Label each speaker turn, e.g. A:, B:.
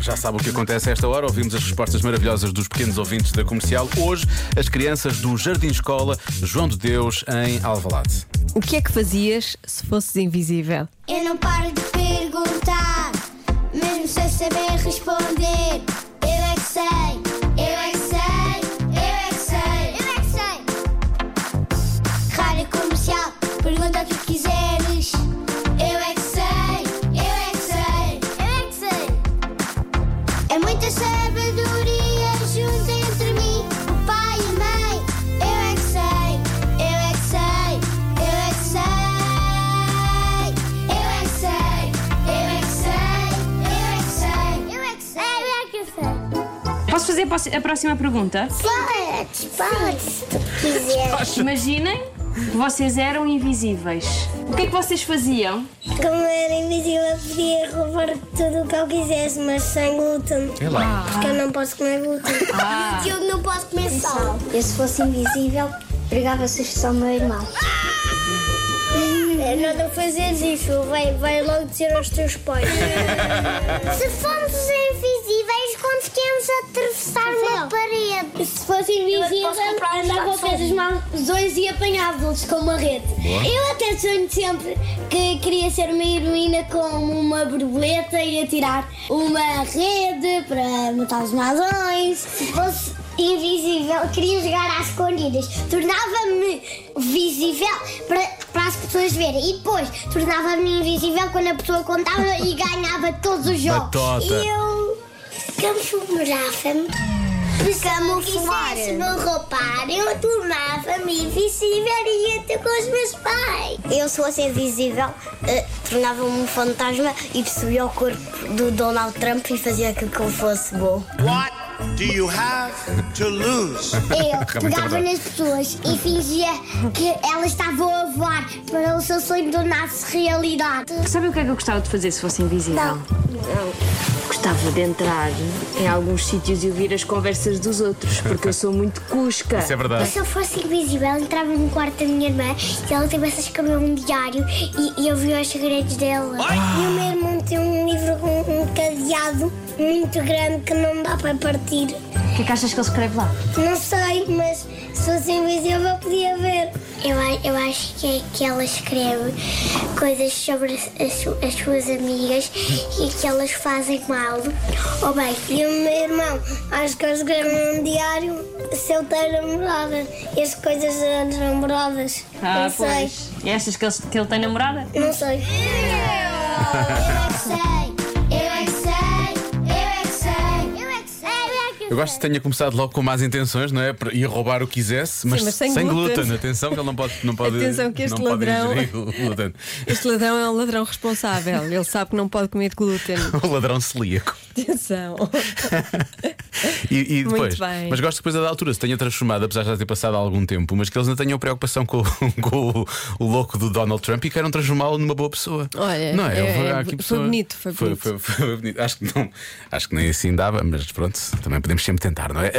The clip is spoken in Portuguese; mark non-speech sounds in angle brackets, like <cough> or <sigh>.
A: Já sabe o que acontece a esta hora. Ouvimos as respostas maravilhosas dos pequenos ouvintes da comercial. Hoje, as crianças do Jardim Escola João de Deus, em Alvalade.
B: O que é que fazias se fosses invisível?
C: Eu não paro de perguntar, mesmo sem saber responder. Eu é que sei, eu é que sei, eu é que sei, eu é que sei. Rádio comercial, pergunta o que quiseres. Eu é que sei, eu é que sei, eu é que sei. É muita sabedoria junto entre mim, o pai e a mãe. Eu é que sei, eu é que sei, eu é que sei. Eu é que sei, eu é que sei, eu é que sei, eu é que sei. Eu é que sei.
D: Posso fazer a pos- a próxima pergunta?
C: Pode, pode, se tu quiseres.
D: Imaginem que vocês eram invisíveis. O que é que vocês faziam?
C: Como era invisível, podia roubar tudo o que eu quisesse, mas sem glúten.
A: É lá.
B: Ah.
C: Porque eu não posso comer glúten. E eu não posso comer sal. Eu, se fosse invisível, pregava susto ao meu irmão. Ah! É, Não, não fazes isso, vai, vai logo dizer aos teus pais. Se formos invisíveis, conseguimos atravessar uma parede. Se fosse invisível, andava com as mãos e apanhava-los com uma rede. Eu até sonho sempre que queria ser uma heroína com uma borboleta e atirar uma rede para matar os mazões. Se fosse invisível, queria jogar às escondidas. Tornava-me visível para, para as pessoas verem. E depois tornava-me invisível quando a pessoa contava e <laughs> ganhava todos os jogos.
A: Batota.
C: E eu camuflava-me. Camuflar. Se me roubar, eu tornava-me invisível e ia ter com os meus pais. Eu, se fosse invisível, tornava-me um fantasma e subia ao corpo do Donald Trump e fazia aquilo que eu fosse bom.
E: What do you have to lose?
C: Eu pegava nas pessoas e fingia que elas estavam a voar para o seu sonho tornar-se realidade.
D: Sabe o que é que eu gostava de fazer se fosse invisível? Gostava de entrar em alguns sítios e ouvir as conversas dos outros, porque eu sou muito cusca.
A: Isso é verdade.
C: Se eu fosse invisível, entrava no quarto da minha irmã e ela tivesse a escrever um diário e, e eu via os segredos dela. E o meu irmão tem um livro com um cadeado muito grande que não dá para partir.
D: O que é que achas que ele escreve lá?
C: Não sei, mas se fosse invisível eu podia ver. Eu, a- eu acho que, é que ela escreve coisas sobre as, as su- as suas amigas e que elas fazem mal. Ou Oh, bem, e o meu irmão, acho que eu escrevo num diário se eu tenho namorada e as coisas das namoradas.
D: Ah,
C: não sei.
D: pois. E achas que ele, que ele tem namorada?
C: Não sei. é Eu é que sei, eu é que sei, eu é que sei, eu é que sei.
A: Eu gosto que tenha começado logo com más intenções, não é? Para- Ia roubar o que quisesse, mas,
B: mas sem
A: glúten.
B: glúten.
A: Atenção, que ele não pode. Não pode
B: Atenção que este
A: não pode
B: ladrão-
A: ingerir o glúten.
B: Este ladrão é um ladrão responsável. Ele sabe que não pode comer <laughs> glúten.
A: O É um ladrão celíaco.
B: Atenção.
A: E, e
B: Muito
A: depois,
B: bem.
A: mas gosto depois da altura, se tenha transformado, apesar de já ter passado algum tempo, mas que eles não tenham preocupação com, com o, <laughs> o louco do Donald Trump e queiram transformá-lo numa boa pessoa.
B: Olha,
A: não é?
B: é,
A: Houve
B: é,
A: aqui
B: foi
A: pessoa-
B: bonito, foi bonito.
A: foi bonito. Acho que, não, acho que nem assim dava, mas pronto, também podemos sempre tentar, não é?